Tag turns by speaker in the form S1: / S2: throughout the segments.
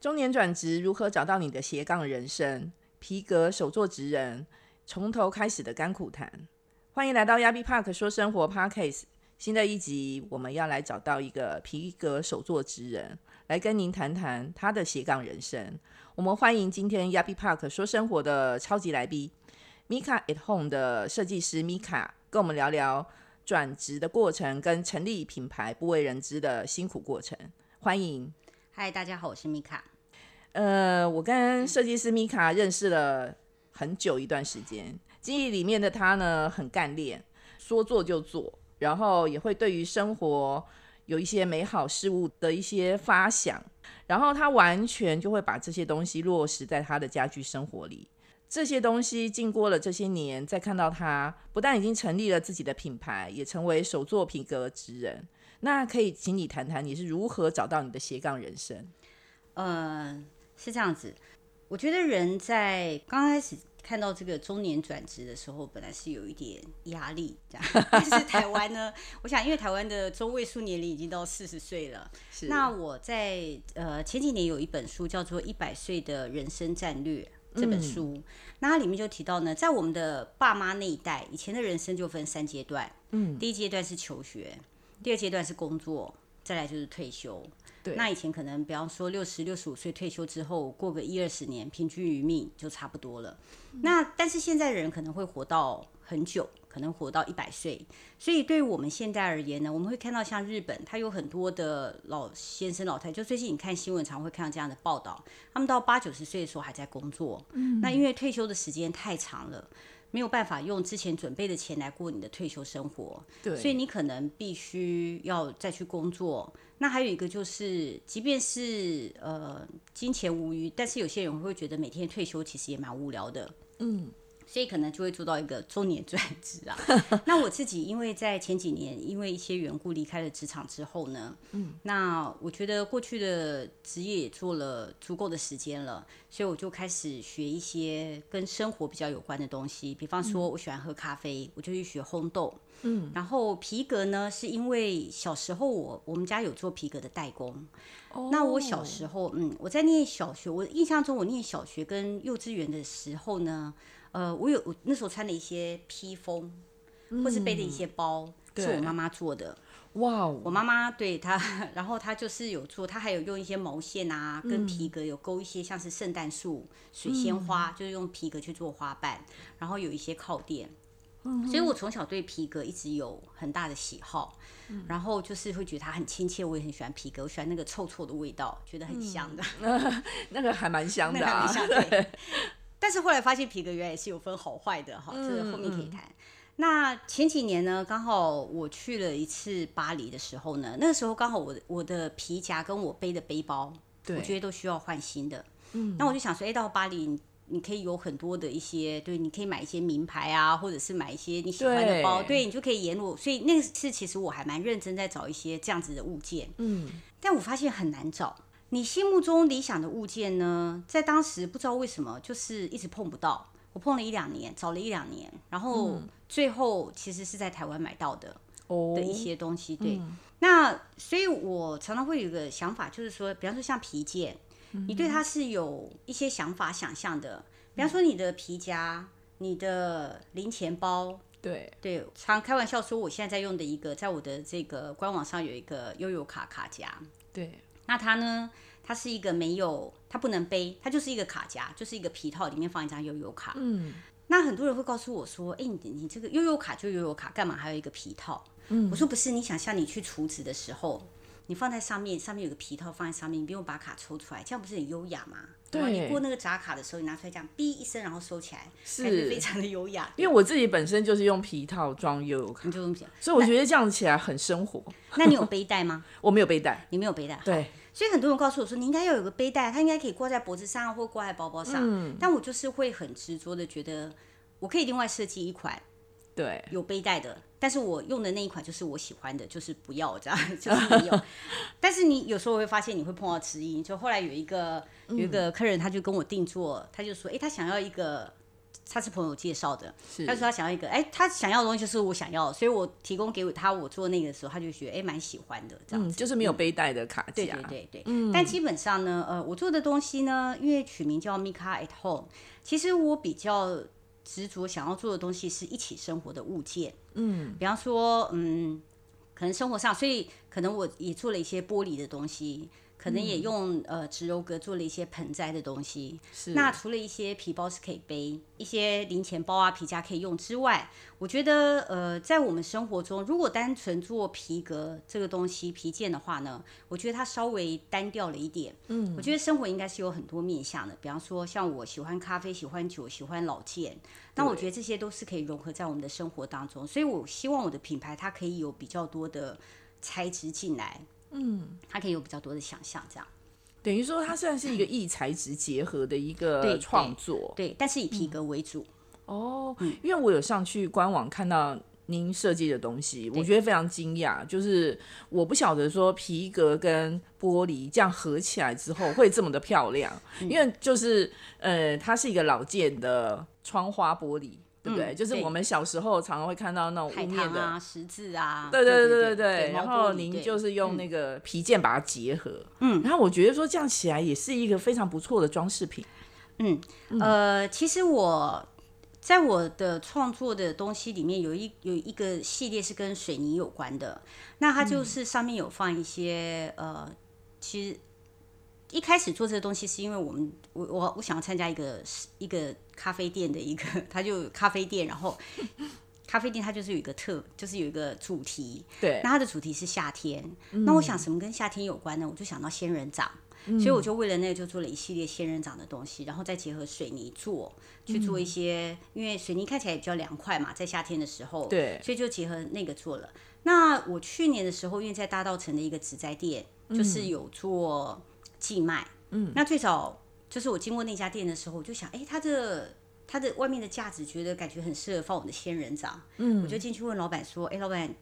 S1: 中年转职如何找到你的斜杠人生？皮革手作职人从头开始的甘苦谈。欢迎来到亚比 Park 说生活 Parkcase 新的一集，我们要来找到一个皮革手作职人，来跟您谈谈他的斜杠人生。我们欢迎今天亚比 Park 说生活的超级来宾，Mika at Home 的设计师 Mika，跟我们聊聊转职的过程跟成立品牌不为人知的辛苦过程。欢迎。
S2: 嗨，大家好，我是米卡。
S1: 呃，我跟设计师米卡认识了很久一段时间，记忆里面的他呢很干练，说做就做，然后也会对于生活有一些美好事物的一些发想，然后他完全就会把这些东西落实在他的家居生活里。这些东西经过了这些年，再看到他不但已经成立了自己的品牌，也成为手作品格职人。那可以请你谈谈你是如何找到你的斜杠人生？
S2: 呃，是这样子，我觉得人在刚开始看到这个中年转职的时候，本来是有一点压力这样， 但是台湾呢，我想因为台湾的中位数年龄已经到四十岁了，
S1: 是
S2: 那我在呃前几年有一本书叫做《一百岁的人生战略》。这
S1: 嗯
S2: 本书，那它里面就提到呢，在我们的爸妈那一代，以前的人生就分三阶段，嗯，第一阶段是求学，第二阶段是工作，再来就是退休。
S1: 对
S2: 那以前可能比方说六十六十五岁退休之后，过个一二十年，平均余命就差不多了。那但是现在人可能会活到很久，可能活到一百岁，所以对于我们现代而言呢，我们会看到像日本，它有很多的老先生老太太，就最近你看新闻常会看到这样的报道，他们到八九十岁的时候还在工作，嗯，那因为退休的时间太长了。没有办法用之前准备的钱来过你的退休生活，
S1: 对
S2: 所以你可能必须要再去工作。那还有一个就是，即便是呃金钱无余，但是有些人会觉得每天退休其实也蛮无聊的，所以可能就会做到一个中年转职啊。那我自己因为在前几年因为一些缘故离开了职场之后呢，嗯，那我觉得过去的职业也做了足够的时间了，所以我就开始学一些跟生活比较有关的东西，比方说我喜欢喝咖啡，我就去学烘豆，嗯，然后皮革呢，是因为小时候我我们家有做皮革的代工，那我小时候，嗯，我在念小学，我印象中我念小学跟幼稚园的时候呢，呃，我有我那时候穿的一些披风，或是背的一些包，是
S1: 对
S2: 我妈妈做的。
S1: 哇哦，
S2: 我妈妈对她， 然后她就是有做，她还有用一些毛线啊，跟皮革有勾一些像是圣诞树、水仙花，就是用皮革去做花瓣，然后有一些靠垫。所以我从小对皮革一直有很大的喜好，然后就是会觉得它很亲切，我也很喜欢皮革，我喜欢那个臭臭的味道，觉得很香的。
S1: 那个还蛮香
S2: 那
S1: 的、
S2: 个
S1: 啊
S2: 很，像 对。但是后来发现皮革原来也是有分好坏的哈，
S1: 嗯
S2: 这个后面可以谈。那前几年呢，刚好我去了一次巴黎的时候呢，那个时候刚好我的我的皮夹跟我背的背包，
S1: 对
S2: 我觉得都需要换新的。嗯，那我就想说，哎、到巴黎你你可以有很多的一些，对，你可以买一些名牌啊，或者是买一些你喜欢的包，
S1: 对
S2: 对你就可以沿路。所以那次其实我还蛮认真在找一些这样子的物件。
S1: 嗯，
S2: 但我发现很难找。你心目中理想的物件呢，在当时不知道为什么，就是一直碰不到。我碰了一两年，找了一两年，然后最后其实是在台湾买到的
S1: 哦
S2: 的一些东西。对，那所以我常常会有一个想法，就是说，比方说像皮件，你对它是有一些想法、想象的。比方说你的皮夹、你的零钱包，
S1: 对，
S2: 对，常开玩笑说，我现在在用的一个，在我的这个官网上有一个悠游卡卡夹，
S1: 对，
S2: 那它呢？它是一个没有，它不能背，它就是一个卡夹，就是一个皮套，里面放一张悠悠卡。
S1: 嗯，
S2: 那很多人会告诉我说：“哎、你你这个悠悠卡就悠悠卡，干嘛还有一个皮套？”嗯，我说不是，你想象你去储值的时候，你放在上面，上面有个皮套放在上面，你不用把卡抽出来，这样不是很优雅吗？
S1: 对
S2: 然后你过那个闸卡的时候，你拿出来这样，哔一声，然后收起来，感觉非
S1: 是。
S2: 常的优雅。
S1: 因为我自己本身就是用皮套装悠游卡
S2: 你，就这么想。
S1: 所以我觉得这样起来很生活。
S2: 那你有背带吗？
S1: 我没有背带，
S2: 你没有背带，啊
S1: 对，
S2: 所以很多人告诉我说，你应该要有个背带，它应该可以挂在脖子上或挂在包包上。
S1: 嗯
S2: 但我就是会很执着的觉得，我可以另外设计一款
S1: 对，
S2: 有背带的，但是我用的那一款就是我喜欢的，就是不要这样，就是 没有。但是你有时候会发现你会碰到迟哎疑，就后来有一个有一个客人，他就跟我定做，他就说，诶，他想要一个。他是朋友介绍的，
S1: 是
S2: 他说他想要一个，哎、他想要的东西就是我想要的，所以我提供给他我做那个的时候，他就觉得哎蛮、喜欢的这样
S1: 嗯，
S2: 子。
S1: 就是没有背带的卡夹，
S2: 对对对对，但基本上呢，呃，我做的东西呢，因为取名叫 Mika at Home，其实我比较执着想要做的东西是一起生活的物件，嗯，比方说，嗯，可能生活上，所以可能我也做了一些玻璃的东西，可能也用、呃植鞣革做了一些盆栽的东西，
S1: 是
S2: 那除了一些皮包是可以背，一些零钱包啊、皮夹可以用之外，我觉得呃，在我们生活中，如果单纯做皮革这个东西、皮件的话呢，我觉得它稍微单调了一点。嗯，我觉得生活应该是有很多面向的，比方说像我喜欢咖啡、喜欢酒、喜欢老件，那我觉得这些都是可以融合在我们的生活当中。所以我希望我的品牌它可以有比较多的材质进来，嗯，它可以有比较多的想象这样。
S1: 等于说它算是一个异材质结合的一个
S2: 对
S1: 创作
S2: 对，但是以
S1: 嗯
S2: 皮革为主。
S1: 哦。
S2: 嗯
S1: 因为我有上去官网看到您设计的东西，我觉得非常惊讶，就是我不晓得说皮革跟玻璃这样合起来之后会这么的漂亮，
S2: 嗯
S1: 因为就是呃，它是一个老件的窗花玻璃。对不对？
S2: 嗯
S1: 就是
S2: 对
S1: 我们小时候常常会看到那种
S2: 海
S1: 雾面
S2: 棠
S1: 的，
S2: 啊、十字啊，
S1: 对对
S2: 对
S1: 对
S2: 对
S1: 对，
S2: 嗯
S1: 然后您就是用那个皮件把它结合，嗯，然后我觉得说这样起来也是一个非常不错的装饰品，
S2: 呃，其实我在我的创作的东西里面有一有一个系列是跟水泥有关的，那它就是上面有放一些、呃，其实。一开始做这个东西是因为我们我我我想要参加一个一个咖啡店的一个， 它就有咖啡店，然后咖啡店它就是有一个特，就是有一个主题，
S1: 对，
S2: 那它的主题是夏天，那我想什么跟夏天有关呢？我就想到仙人掌，所以我就为了那个就做了一系列仙人掌的东西，然后再结合水泥做，去做一些，因为水泥看起来也比较凉快嘛，在夏天的时候，
S1: 对
S2: 所以就结合那个做了。那我去年的时候，因为在大道城的一个植栽店，就是有做寄卖，嗯，那最早就是我经过那家店的时候，我就想，哎、它的。它的外面的价值，觉得感觉很适合放我们的仙人掌，嗯，我就进去问老板说，哎、老板，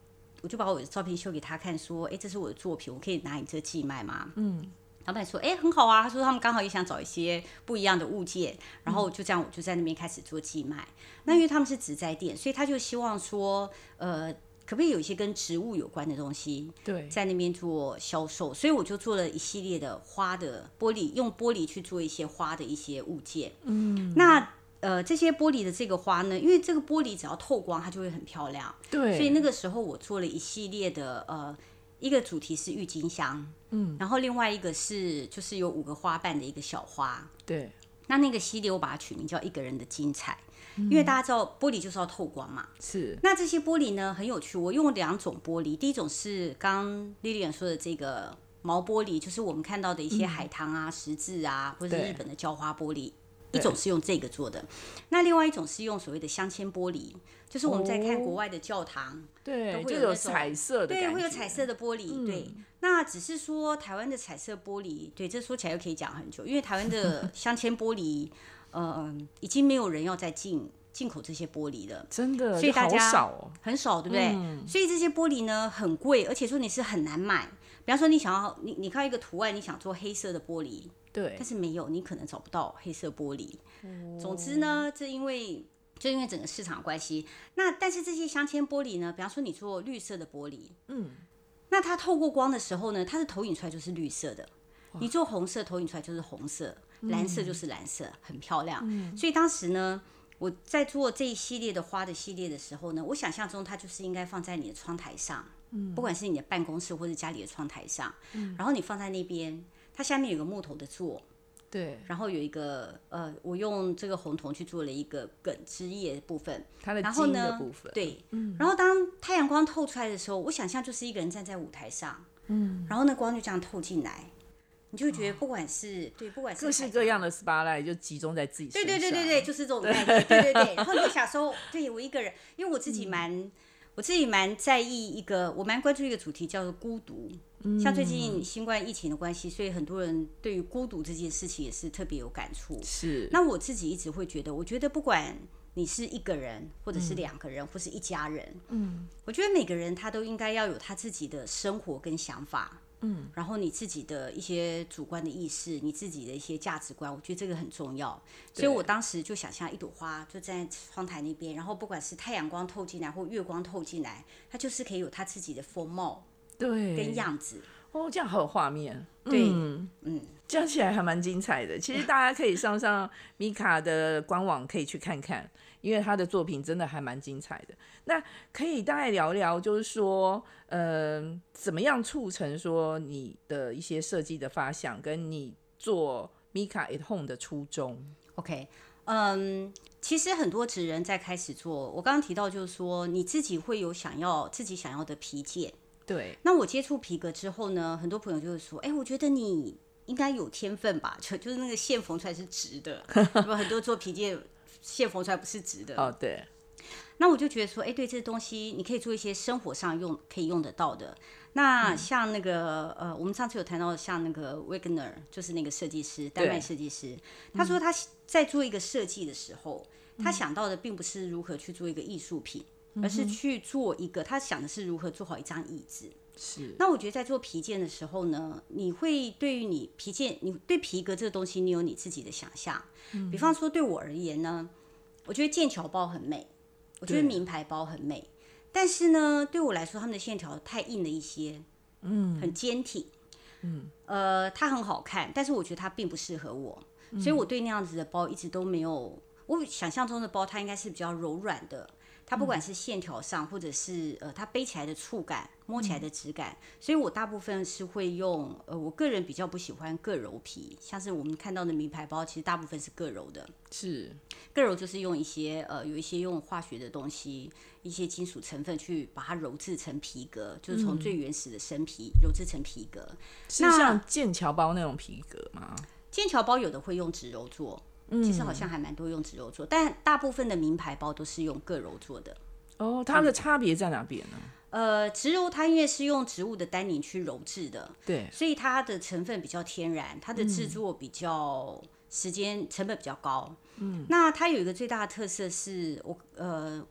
S2: 我就把我的照片秀给他看，说：“哎、这是我的作品，我可以拿你这寄卖吗？”嗯，老板说：“哎、很好啊。”他说他们刚好也想找一些不一样的物件，然后就这样，我就在那边开始做寄卖。那因为他们是植栽店，所以他就希望说，呃，可不可以有一些跟植物有关的东西
S1: 对，
S2: 在那边做销售？所以我就做了一系列的花的玻璃，用玻璃去做一些花的一些物件。嗯，那。呃，这些玻璃的这个花呢，因为这个玻璃只要透光，它就会很漂亮。
S1: 对，
S2: 所以那个时候我做了一系列的呃，一个主题是郁金香，嗯，然后另外一个是就是有五个花瓣的一个小花，
S1: 对，
S2: 那那个系列我把它取名叫一个人的精彩，
S1: 嗯
S2: 因为大家知道玻璃就是要透光嘛。
S1: 是
S2: 那这些玻璃呢很有趣，我用两种玻璃，第一种是刚 Lilian 说的这个。毛玻璃就是我们看到的一些海棠啊、十字啊，或者
S1: 嗯
S2: 是
S1: 对
S2: 日本的浇花玻璃，一
S1: 对
S2: 种是用这个做的，那另外一种是用所谓的镶嵌玻璃，就是我们在看
S1: 哦
S2: 国外的教堂，
S1: 对，
S2: 都会
S1: 就
S2: 有
S1: 有
S2: 那种
S1: 彩色的感
S2: 对，
S1: 觉，嗯
S2: 会有彩色的玻璃。对，那只是说台湾的彩色玻璃，对，这说起来又可以讲很久，因为台湾 的镶嵌玻璃，呃，已经没有人要再进进口这些玻璃了。
S1: 真的，
S2: 所以
S1: 就
S2: 大
S1: 好
S2: 家
S1: 少哦，
S2: 很少，对不对？
S1: 嗯
S2: 所以这些玻璃呢很贵，而且说你是很难买。比方说你想要你你看到一个图案，你想做黑色的玻璃，
S1: 对
S2: 但，是没有，你可能找不到黑色玻璃。总之呢，这因为就因为整个市场关系，那但是这些镶嵌玻璃呢，比方说你做绿色的玻璃，嗯，那它透过光的时候呢，它的投影出来就是绿色的；你做红色，投影出来就是红色，蓝色就是蓝色，很漂亮。所以当时呢。我在做这一系列的花的系列的时候呢，我想象中它就是应该放在你的窗台上，不管是你的办公室或者家里的窗台上，然后你放在那边，它下面有个木头的座，
S1: 对，
S2: 然后有一个呃，我用这个红铜去做了一个梗枝叶的部分，
S1: 它的
S2: 然后
S1: 金的
S2: 呢
S1: 部分，嗯
S2: 对，然后当太阳光透出来的时候，我想象就是一个人站在舞台上，嗯，然后那光就这样透进来，你就会觉得不管是、对，不管是
S1: 哦各式
S2: 海
S1: 各样的 spotlight 就集中在自己身上，
S2: 对对对对对，就是这种概念。对对对。然后你就想说，对我一个人，因为我自
S1: 嗯
S2: 己蛮、我自己蛮在意一个，我蛮关注一个主题叫做孤独。像最
S1: 嗯
S2: 近新冠疫情的关系，所以很多人对于孤独这件事情也是特别有感触。
S1: 是，
S2: 那我自己一直会觉得，我觉得不管你是一个人，或者是两个人，或是
S1: 嗯
S2: 一家人，嗯，我觉得每个人他都应该要有他自己的生活跟想法。嗯，然后你自己的一些主观的意识，你自己的一些价值观，我觉得这个很重要。所以我当时就想象一朵花就站在窗台那边，然后不管是太阳光透进来或月光透进来，它就是可以有它自己的风貌
S1: 对，
S2: 跟样子。
S1: 哦，这样好有画面。
S2: 对
S1: 嗯，
S2: 嗯，
S1: 讲起来还蛮精彩的。其实大家可以上上米卡的官网，可以去看看，因为他的作品真的还蛮精彩的。那可以大概聊聊，就是说，嗯、怎么样促成说你的一些设计的发想，跟你做米卡 at home 的初衷？
S2: OK，嗯，其实很多职人在开始做，我刚刚提到就是说，你自己会有想要自己想要的皮件。
S1: 对，
S2: 那我接触皮革之后呢，很多朋友就会说，哎、我觉得你应该有天分吧，就就是那个线缝出来是直的， 有没有很多做皮件线缝出来不是直的。
S1: 哦，对，
S2: 那我就觉得说，哎、对这东西你可以做一些生活上用可以用得到的。那像那个、呃，我们上次有谈到像那个 Wagner，就是那个设计师，丹麦设计师，他说他在做一个设计的时候，他想到的并不是如何去做一个艺术品，而是去做一个他想的是如何做好一张椅子。
S1: 是，
S2: 那我觉得在做皮件的时候呢，你会对于你皮件，你对皮革这个东西，你有你自己的想象。比方说，对我而言呢，我觉得剑桥包很美，我觉得
S1: 对
S2: 名牌包很美，但是呢，对我来说，他们的线条太硬了一些，嗯，很坚挺，嗯，呃，它很好看，但是我觉得它并不适合我，所以我对那样子的包一直都没有，我想象中的包它应该是比较柔软的，它不管是线条上，或者是呃它背起来的触感、摸起来的质感，所以我大部分是会用呃我个人比较不喜欢个柔皮，像是我们看到的名牌包，其实大部分是个柔的，
S1: 是，
S2: 个柔就是用一些呃有一些用化学的东西，一些金属成分去把它揉制成皮革，就是从最原始的生皮、揉制成皮革。
S1: 是
S2: 那
S1: 像剑桥包那种皮革吗？
S2: 剑桥包有的会用纸揉做，其实好像还蛮多用纸揉做，但大部分的名牌包都是用个柔做的。
S1: 哦，它的差别在哪边呢？
S2: 呃，植鞣它因为是用植物的单宁去揉制的，
S1: 对，
S2: 所以它的成分比较天然，它的制作比较时间成本比较高。嗯，那它有一个最大的特色是我呃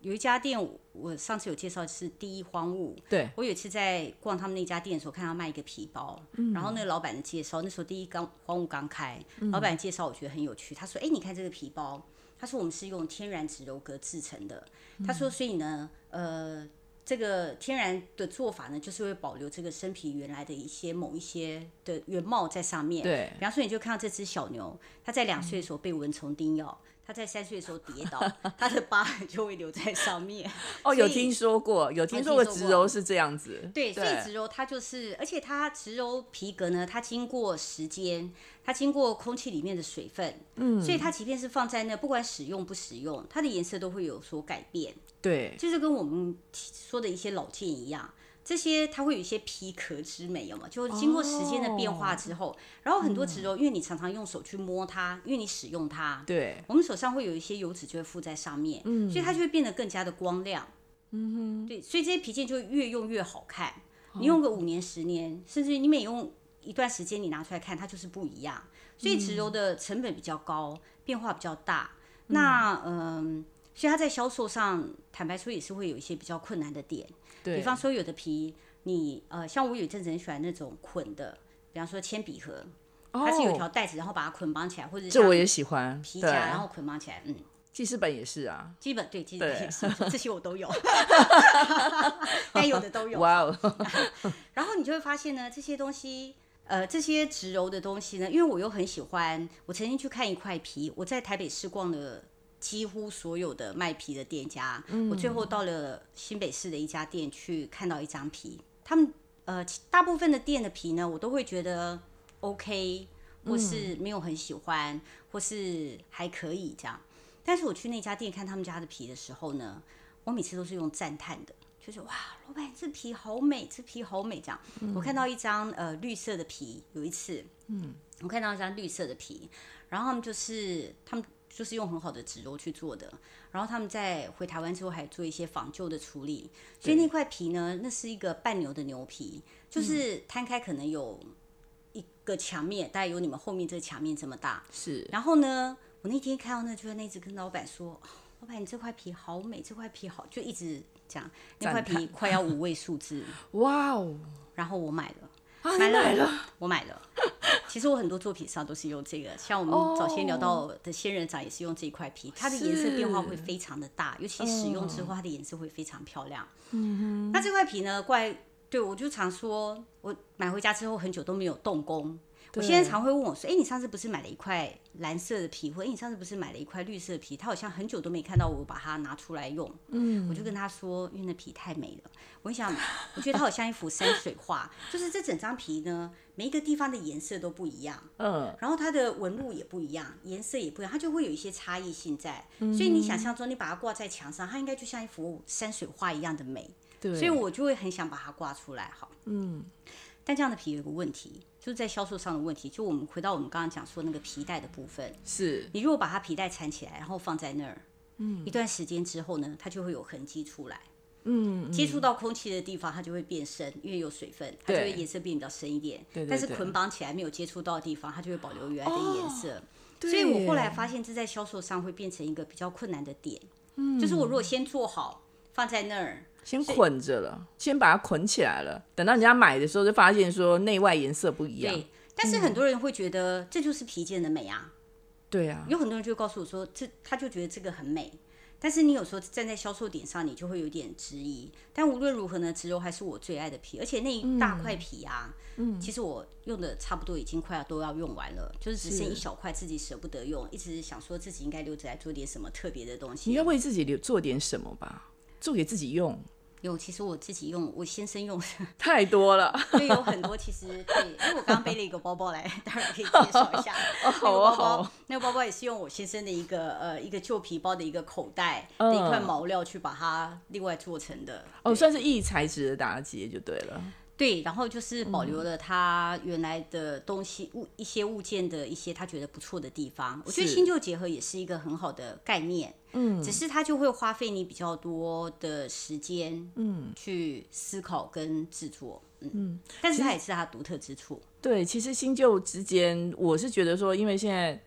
S2: 有一家店，我上次有介绍是第一荒芜。
S1: 对，
S2: 我有一次在逛他们那家店的时候，看他卖一个皮包，
S1: 嗯
S2: 然后那个老板介绍，那时候第一刚荒芜刚开，老板介绍我觉得很有趣，他说：“哎、你看这个皮包，他说我们是用天然植鞣革制成的，
S1: 嗯
S2: 他说所以呢，呃。”这个天然的做法呢，就是会保留这个身皮原来的一些某一些的原貌在上面。
S1: 对
S2: 比方说你就看到这只小牛，它在两岁的时候被蚊虫叮咬，它在三岁的时候跌倒，它的疤痕就会留在上面。
S1: 哦，
S2: 所
S1: 有
S2: 以
S1: 听说过，有听
S2: 听
S1: 说过
S2: 说
S1: 植
S2: 过
S1: 鞣是这样子。
S2: 对，所以植鞣它就是，而且它植鞣皮革呢，它经过时间，它经过空气里面的水分，嗯，所以它即便是放在那，不管使用不使用，它的颜色都会有所改变，
S1: 对
S2: 就是跟我们说的一些老件一样。这些它会有一些皮壳之美，有吗？就是经过时间的变化之后，然后很多植鞣，因为你常常用手去摸它，因为你使用它，
S1: 对
S2: 我们手上会有一些油脂就会附在上面，
S1: 嗯
S2: 所以它就会变得更加的光亮。嗯哼，对，所以这些皮件就越用越好看。
S1: 哦
S2: 你用个五年、十年，甚至你每用一段时间，你拿出来看，它就是不一样。所以植鞣
S1: 嗯
S2: 的成本比较高，变化比较大。那嗯、所以它在销售上，坦白说也是会有一些比较困难的点。
S1: 对，
S2: 比方说有的皮，你呃，像我有一阵子很喜欢那种捆的，比方说铅笔盒，它是有一条
S1: 哦，
S2: 带子，然后把它捆绑起来，或者
S1: 这
S2: 像
S1: 我也喜欢。
S2: 皮夹，
S1: 对，
S2: 然后捆绑起来，嗯。
S1: 记事本也是啊。
S2: 基本对，基
S1: 对
S2: 本也是这些我 都有， 该有的都有。
S1: 哇 哦，
S2: 然后你就会发现呢，这些东西，呃，这些植鞣的东西呢，因为我又很喜欢，我曾经去看一块皮，我在台北市逛了几乎所有的卖皮的店家，我最后到了新北市的一家店去看到一张皮，他们呃其大部分的店的皮呢，我都会觉得 OK，或是没有很喜欢，或是还可以这样。但是我去那家店看他们家的皮的时候呢，我每次都是用赞叹的，就是哇，老板这皮好美，这皮好美这样。我看到一张呃绿色的皮，有一次，嗯，我看到一张绿色的皮，然后他们就是他们就是用很好的植鞣去做的，然后他们在回台湾之后还做一些仿旧的处理，所以那块皮呢，那是一个半牛的牛皮，就是摊开可能有一个墙面，大概有你们后面这个墙面这么大，
S1: 是
S2: 然后呢，我那天看到那，就在那一直跟老板说，哦老板你这块皮好美，这块皮好，就一直讲那块
S1: 赞叹
S2: 皮快要五位数字，
S1: 哇哦，
S2: 然后我买了。
S1: 啊，
S2: 买
S1: 你买
S2: 了
S1: 了，
S2: 我买了。其实我很多作品上都是用这个，像我
S1: 哦
S2: 们早先聊到的仙人掌也是用这一块皮，它的颜色变化会非常的大，尤其使用之后它的颜色会非常漂亮。嗯那这块皮呢，怪对我就常说，我买回家之后很久都没有动工。我现在常会问我说：“哎、你上次不是买了一块蓝色的皮，或者、诶你上次不是买了一块绿色的皮？它好像很久都没看到我把它拿出来用。”嗯，我就跟他说：“因为那皮太美了，我很想，我觉得它好像一幅山水画，就是这整张皮呢，每一个地方的颜色都不一样，
S1: 嗯，
S2: 然后它的纹路也不一样，颜色也不一样，它就会有一些差异性在。所以你想象中，你把它挂在墙上，它应该就像一幅山水画一样的美。
S1: 对，
S2: 所以我就会很想把它挂出来，好，嗯。但这样的皮有一个问题，就是在销售上的问题，就我们回到我们刚刚讲说那个皮带的部分，
S1: 是
S2: 你如果把它皮带缠起来，然后放在那儿，嗯，一段时间之后呢，它就会有痕迹出来。嗯，接触到空气的地方，它就会变深，因为有水分，它就会
S1: 对
S2: 颜色变比较深一点。
S1: 对对
S2: 但是
S1: 对
S2: 捆绑起来没有接触到的地方，它就会保留原来的颜色。
S1: 对
S2: 所以我后来发现这在销售上会变成一个比较困难的点。嗯，就是我如果先做好放在那儿，
S1: 先捆着了，先把它捆起来了，等到人家买的时候就发现说内外颜色不一样，
S2: 对，哎但是很多人会觉得这就是皮件的美啊，
S1: 对啊，
S2: 有很多人就告诉我说，这他就觉得这个很美。但是你有时候站在销售点上，你就会有点质疑。但无论如何呢，植鞣还是我最爱的皮，而且那一大块皮啊，嗯，其实我用的差不多已经快要都要用完了，就是只剩一小块自己舍不得用，一直想说自己应该留着来做点什么特别的东
S1: 你
S2: 西
S1: 要。为自己留做点什么吧，做给自己用
S2: 有，其实我自己用，我先生用
S1: 太多了，
S2: 所以有很多其实对，因为我刚刚背了一个包包来，当然可以介绍一下。那
S1: 好
S2: 个
S1: 啊
S2: 包
S1: 好
S2: 包
S1: 啊，
S2: 那个包包也是用我先生的一个呃一个旧皮包的一个口袋的一块
S1: 嗯
S2: 毛料去把它另外做成的。
S1: 哦，
S2: 对
S1: 算是异材质的打结就对了，
S2: 对，然后就是
S1: 嗯
S2: 保留了他原来的东西物一些物件的一些他觉得不错的地方。我觉得
S1: 是
S2: 新旧结合也是一个很好的概念，嗯，只是它就会花费你比较多的时间，嗯，去思考跟制作，嗯，但是它也是它独特之处。
S1: 对，其实新旧之间，我是觉得说，因为现在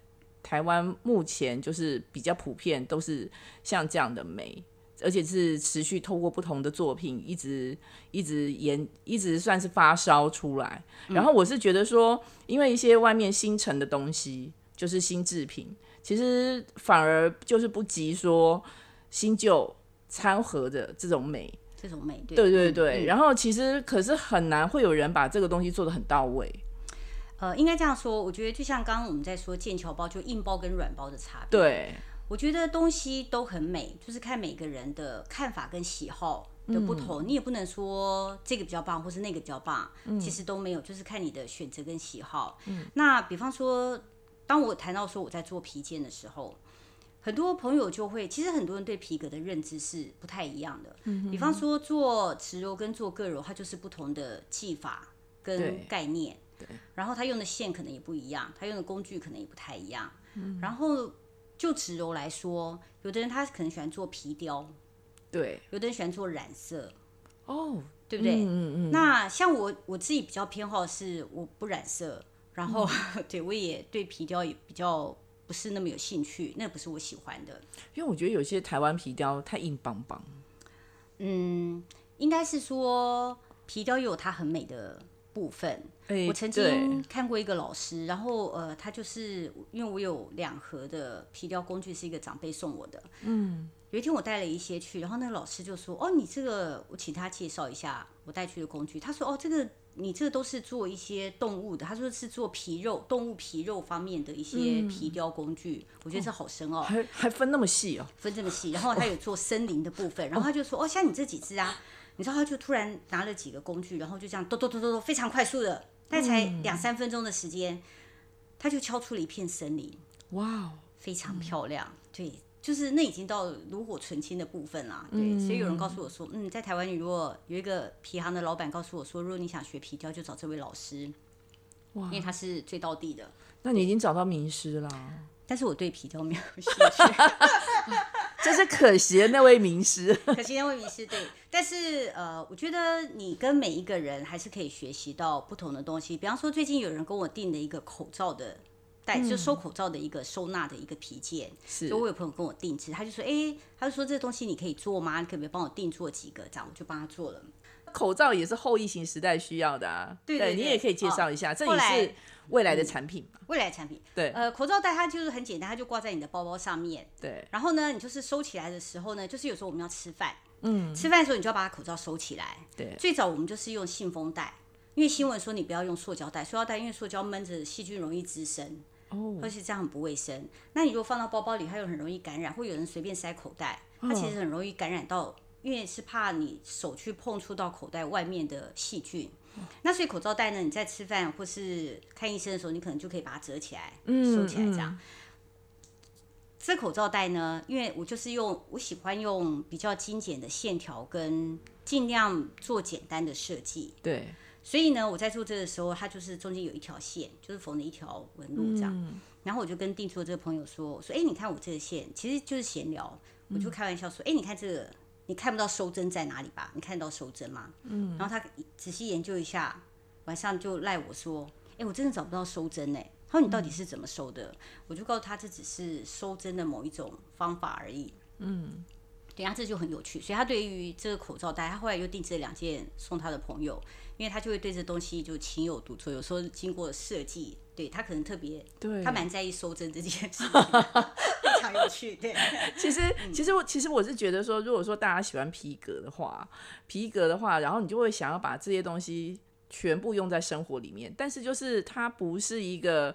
S1: 台湾目前就是比较普遍都是像这样的美，而且是持续透过不同的作品一直一直延一直算是发烧出来。然后我是觉得说，因为一些外面新成的东西，就是新制品，其实反而就是不及说新旧掺和的这种美。
S2: 这种美，对
S1: 对对
S2: 对
S1: 对，
S2: 嗯
S1: 然后其实可是很难会有人把这个东西做的很到位。
S2: 呃，应该这样说，我觉得就像刚刚我们在说剑桥包，就硬包跟软包的差别。
S1: 对。
S2: 我觉得东西都很美，就是看每个人的看法跟喜好的不同，
S1: 嗯
S2: 你也不能说这个比较棒，或是那个比较棒，其实都没有，就是看你的选择跟喜好。
S1: 嗯
S2: 那比方说，当我谈到说我在做皮件的时候。很多朋友就会，其实很多人对皮革的认知是不太一样的。
S1: 嗯
S2: 比方说做植鞣跟做个鞣，它就是不同的技法跟
S1: 对
S2: 概念。然后他用的线可能也不一样，他用的工具可能也不太一样。
S1: 嗯
S2: 然后就植鞣来说，有的人他可能喜欢做皮雕，
S1: 对，
S2: 有的人喜欢做染色，
S1: 哦，
S2: 对不对？
S1: 嗯嗯嗯，
S2: 那像我我自己比较偏好的是我不染色，然后、
S1: 嗯
S2: 对我也对皮雕也比较不是那么有兴趣，那不是我喜欢的。
S1: 因为我觉得有些台湾皮雕太硬邦邦，
S2: 嗯应该是说皮雕也有它很美的部分。
S1: 哎
S2: 我曾经看过一个老师，然后呃，他就是因为我有两盒的皮雕工具是一个长辈送我的，嗯，有一天我带了一些去，然后那个老师就说：“哦，你这个我请他介绍一下我带去的工具。”他说：“哦，这个你这个都是做一些动物的，他说是做皮肉、动物皮肉方面的一些皮雕工具。我觉得这好深奥、
S1: 还还分那么细哦，
S2: 分这么细，然后他有做森林的部分，然后他就说：“哦，像你这几只啊，你知道他就突然拿了几个工具，然后就这样咚咚咚咚咚，非常快速的，大概才两三分钟的时间，他就敲出了一片森林，
S1: 哇哦，
S2: 非常漂亮。对，就是那已经到炉火纯青的部分啦。对，所以有人告诉我说，嗯，在台湾，如果有一个皮行的老板告诉我说，如果你想学皮雕，就找这位老师，因为他是最到地的。
S1: 那你已经找到名师啦，
S2: 但是我对皮雕没有兴趣。”
S1: 真是可惜了那位名师。
S2: 可惜那位迷失对，但是呃，我觉得你跟每一个人还是可以学习到不同的东西。比方说，最近有人跟我订了一个口罩的袋，就收口罩的一个收纳的一个皮件，
S1: 嗯是
S2: 所以我有朋友跟我定制，他就说，哎、他就说这东西你可以做吗？你可不可以帮我定做几个？这样我就帮他做了。
S1: 口罩也是后疫情时代需要的啊。
S2: 对对对
S1: 你也可以介绍一下，这
S2: 后
S1: 也
S2: 来
S1: 是未哦来的产品嘛。
S2: 未来产品，
S1: 对
S2: 呃，口罩戴它就是很简单，它就挂在你的包包上面。
S1: 对，
S2: 然后呢，你就是收起来的时候呢，就是有时候我们要吃饭，嗯，吃饭的时候你就要把口罩收起来。
S1: 对
S2: 最早我们就是用信封袋，因为新闻说你不要用塑胶袋，塑胶袋因为塑胶闷着细菌容易滋生，
S1: 哦
S2: 而且这样很不卫生。那你如果放到包包里，它又很容易感染，或有人随便塞口袋，它其实很容易感染到，因为是怕你手去碰触到口袋外面的细菌。那所以口罩袋呢，你在吃饭或是看医生的时候，你可能就可以把它折起来，收起来这样。这口罩袋呢，因为我就是用，我喜欢用比较精简的线条跟尽量做简单的设计，
S1: 对，
S2: 所以呢，我在做这个时候，它就是中间有一条线，就是缝了一条纹路这样。然后我就跟定做这个朋友说，我说：“哎、你看我这个线，其实就是闲聊，我就开玩笑说：‘哎、你看这个，你看不到收针在哪里吧？你看得到收针吗？’嗯。然后他仔细研究一下，晚上就赖我说：‘哎、我真的找不到收针哎、他说：‘你到底是怎么收的？’我就告诉他，这只是收针的某一种方法而已。对啊，这就很有趣。所以他对于这个口罩戴，他后来又定制了两件送他的朋友，因为他就会对这东西就情有独钟。有时候经过设计，对他可能特别，
S1: 对
S2: 他蛮在意收针这件事 情的，非常有趣。对，
S1: 其实，
S2: 嗯
S1: 其实我其实我是觉得说，如果说大家喜欢皮革的话，皮革的话，然后你就会想要把这些东西全部用在生活里面，但是就是它不是一个，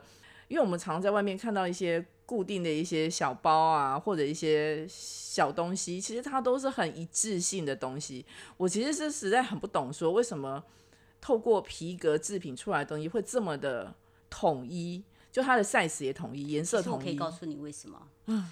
S1: 因为我们常在外面看到一些固定的一些小包啊，或者一些小东西，其实它都是很一致性的东西。我其实是实在很不懂，说为什么透过皮革制品出来的东西会这么的统一。就它的 size 也统一，颜色
S2: 其实我
S1: 统
S2: 可
S1: 一
S2: 以，告诉你为什么。嗯，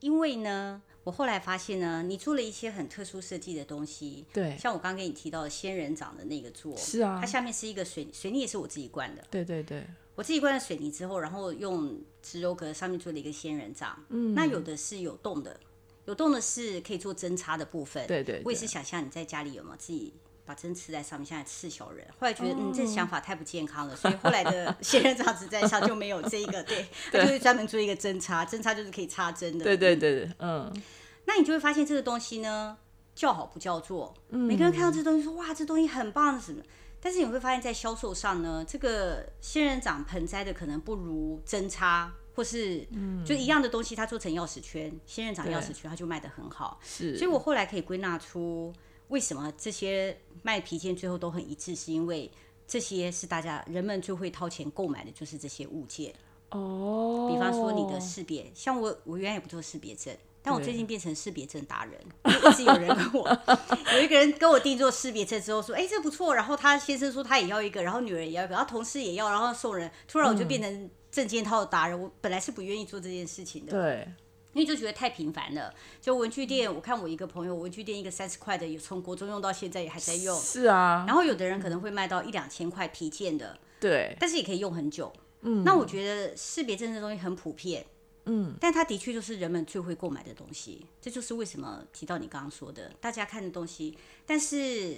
S2: 因为呢，我后来发现呢，你做了一些很特殊设计的东西，
S1: 对
S2: 像我刚刚给你提到的仙人掌的那个座，
S1: 是啊
S2: 它下面是一个水水泥，也是我自己灌的。
S1: 对对对，
S2: 我自己灌了水泥之后，然后用植鞣革上面做了一个仙人掌。嗯，那有的是有洞的，有洞的是可以做针插的部分。
S1: 对对对啊
S2: 我也是想象你在家里有没有自己。把针刺在上面，像在刺小人。后来觉得，嗯，
S1: 哦
S2: 这想法太不健康了，所以后来 的仙人掌只在上就没有这一个，对，它就是专门做一个针插，针插就是可以插针的。
S1: 对对对，对嗯，
S2: 那你就会发现这个东西呢，叫好不叫座。
S1: 嗯
S2: 每个人看到这东西说哇，这东西很棒什么。但是你会发现在销售上呢，这个仙人掌盆栽的可能不如针插，或是
S1: 嗯
S2: 就一样的东西，它做成钥匙圈，仙人掌钥匙圈它就卖得很好。
S1: 是，
S2: 所以我后来可以归纳出为什么这些卖皮件最后都很一致，是因为这些是大家人们最会掏钱购买的就是这些物件。
S1: 哦，
S2: 比方说你的识别，像我，我原来也不做识别证，但我
S1: 对
S2: 最近变成识别证达人， 因为一直有人跟我，有一个人跟我定做识别证之后说，哎、这不错，然后他先生说他也要一个，然后女人也要一个，然后同事也要，然后送人，突然我就
S1: 嗯
S2: 变成证件套的达人，我本来是不愿意做这件事情的，
S1: 对，
S2: 因为就觉得太频繁了。就文具店，我看我一个朋友，文具店一个三十块的，有从国中用到现在也还在用，
S1: 是啊，
S2: 然后有的人可能会卖到一两千块皮件的，
S1: 对，
S2: 但是也可以用很久。嗯，那我觉得识别证这东西很普遍，嗯，但它的确就是人们最会购买的东西，这就是为什么提到你刚刚说的，大家看的东西，但是，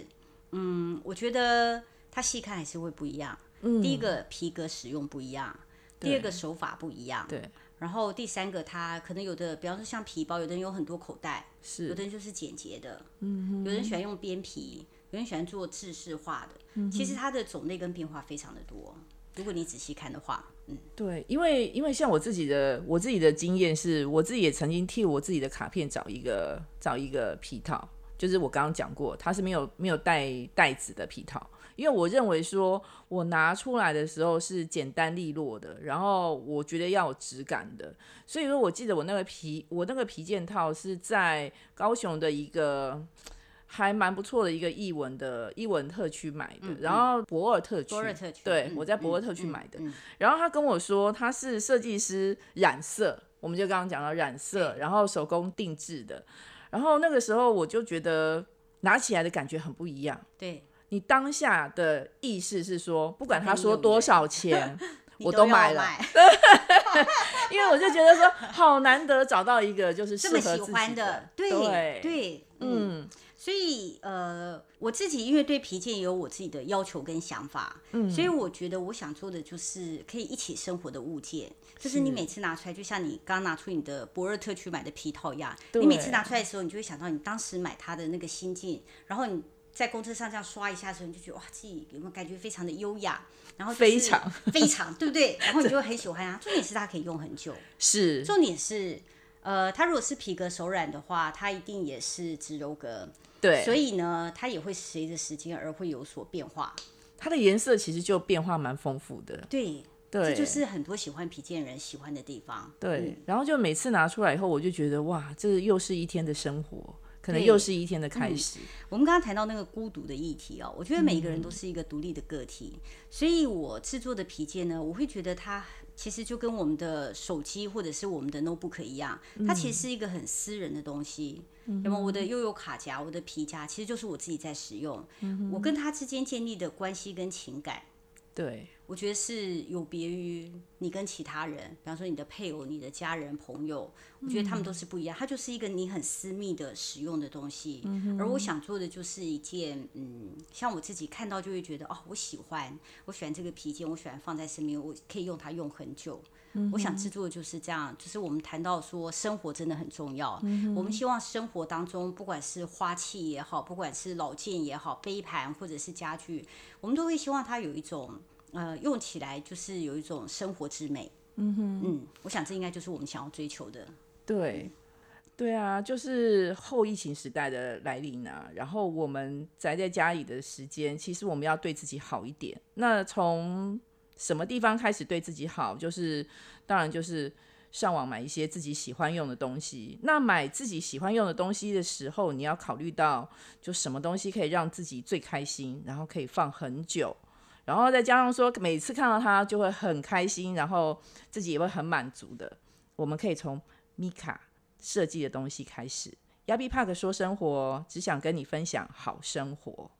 S2: 嗯，我觉得它细看还是会不一样。嗯，第一个皮革使用不一样，第二个手法不一样，
S1: 对，
S2: 然后第三个它可能有的，比方说像皮包，有的人有很多口袋，有
S1: 是，
S2: 的人就是简洁的，嗯，有人喜欢用边皮，有人喜欢做制式化的，
S1: 嗯
S2: 其实它的种类跟变化非常的多。如果你仔细看的话，嗯，
S1: 对，因为因为像我自己的我自己的经验是，我自己也曾经替我自己的卡片找一个找一个皮套，就是我刚刚讲过，它是没有没有带带子的皮套，因为我认为说我拿出来的时候是简单利落的，然后我觉得要有质感的，所以说我记得我那个皮我那个皮件套是在高雄的一个。还蛮不错的一个艺文的艺文特区买的，然后博尔特区，
S2: 嗯博尔特区，
S1: 对、
S2: 嗯
S1: 我在博尔
S2: 嗯
S1: 特区
S2: 嗯
S1: 买的，
S2: 嗯
S1: 然后他跟我说他是设计师染色，我们就刚刚讲到染色，然后手工定制的。然后那个时候我就觉得拿起来的感觉很不一样。
S2: 对，
S1: 你当下的意识是说，不管
S2: 我
S1: 他
S2: 跟你
S1: 说
S2: 有
S1: 多
S2: 缘
S1: 少钱，
S2: 你
S1: 我
S2: 都要
S1: 买了，
S2: 买
S1: 因为我就觉得说好难得找到一个就是
S2: 这
S1: 适
S2: 么
S1: 合
S2: 喜
S1: 自己
S2: 欢
S1: 的，
S2: 对
S1: 对，
S2: 对，嗯。
S1: 嗯，
S2: 所以呃，我自己因为对皮件也有我自己的要求跟想法，嗯，所以我觉得我想做的就是可以一起生活的物件，就是你每次拿出来，就像你刚拿出你的博尔特区买的皮套一样，你每次
S1: 对
S2: 拿出来的时候，你就会想到你当时买它的那个心境，然后你在公车上这样刷一下的时候，你就觉得哇，自己有没有感觉非常的优雅，然后就是
S1: 非常
S2: 非常，对不对？然 后你就会很喜欢它。啊重点是它可以用很久，
S1: 是
S2: 重点是呃，它如果是皮革手染的话，它一定也是植鞣革，
S1: 对，
S2: 所以呢，它也会随着时间而会有所变化。
S1: 它的颜色其实就变化蛮丰富的，
S2: 对，
S1: 对，
S2: 这就是很多喜欢皮件人喜欢的地方。
S1: 对
S2: 嗯，
S1: 然后就每次拿出来以后，我就觉得哇，这又是一天的生活，可能
S2: 对嗯
S1: 又是一天的开始。
S2: 我们刚刚谈到那个孤独的议题哦，我觉得每一个人都是一个独立的个体，所以我制作的皮件呢，我会觉得它其实就跟我们的手机或者是我们的 notebook 一样，它其实是一个很私人的东西。那么我的悠悠卡夹、我的皮夹，其实就是我自己在使用，我跟它之间建立的关系跟情感。
S1: 对，
S2: 我觉得是有别于你跟其他人，比方说你的配偶、你的家人、朋友，我觉得他们都是不一样。它就是一个你很私密的使用的东西，而我想做的就是一件，嗯，像我自己看到就会觉得，哦，我喜欢，我喜欢这个皮件，我喜欢放在身边，我可以用它用很久。我想制作的就是这样，就是我们谈到说生活真的很重要，我们希望生活当中，不管是花器也好，不管是老件也好，杯盘或者是家具，我们都会希望它有一种呃用起来就是有一种生活之美。嗯哼，嗯，我想这应该就是我们想要追求的。
S1: 对，对啊，就是后疫情时代的来临啊。然后我们宅在家里的时间，其实我们要对自己好一点。那从什么地方开始对自己好？就是当然就是上网买一些自己喜欢用的东西。那买自己喜欢用的东西的时候，你要考虑到就什么东西可以让自己最开心，然后可以放很久。然后再加上说，每次看到它就会很开心，然后自己也会很满足的。我们可以从米卡设计的东西开始。亚比帕克说：“生活只想跟你分享好生活。”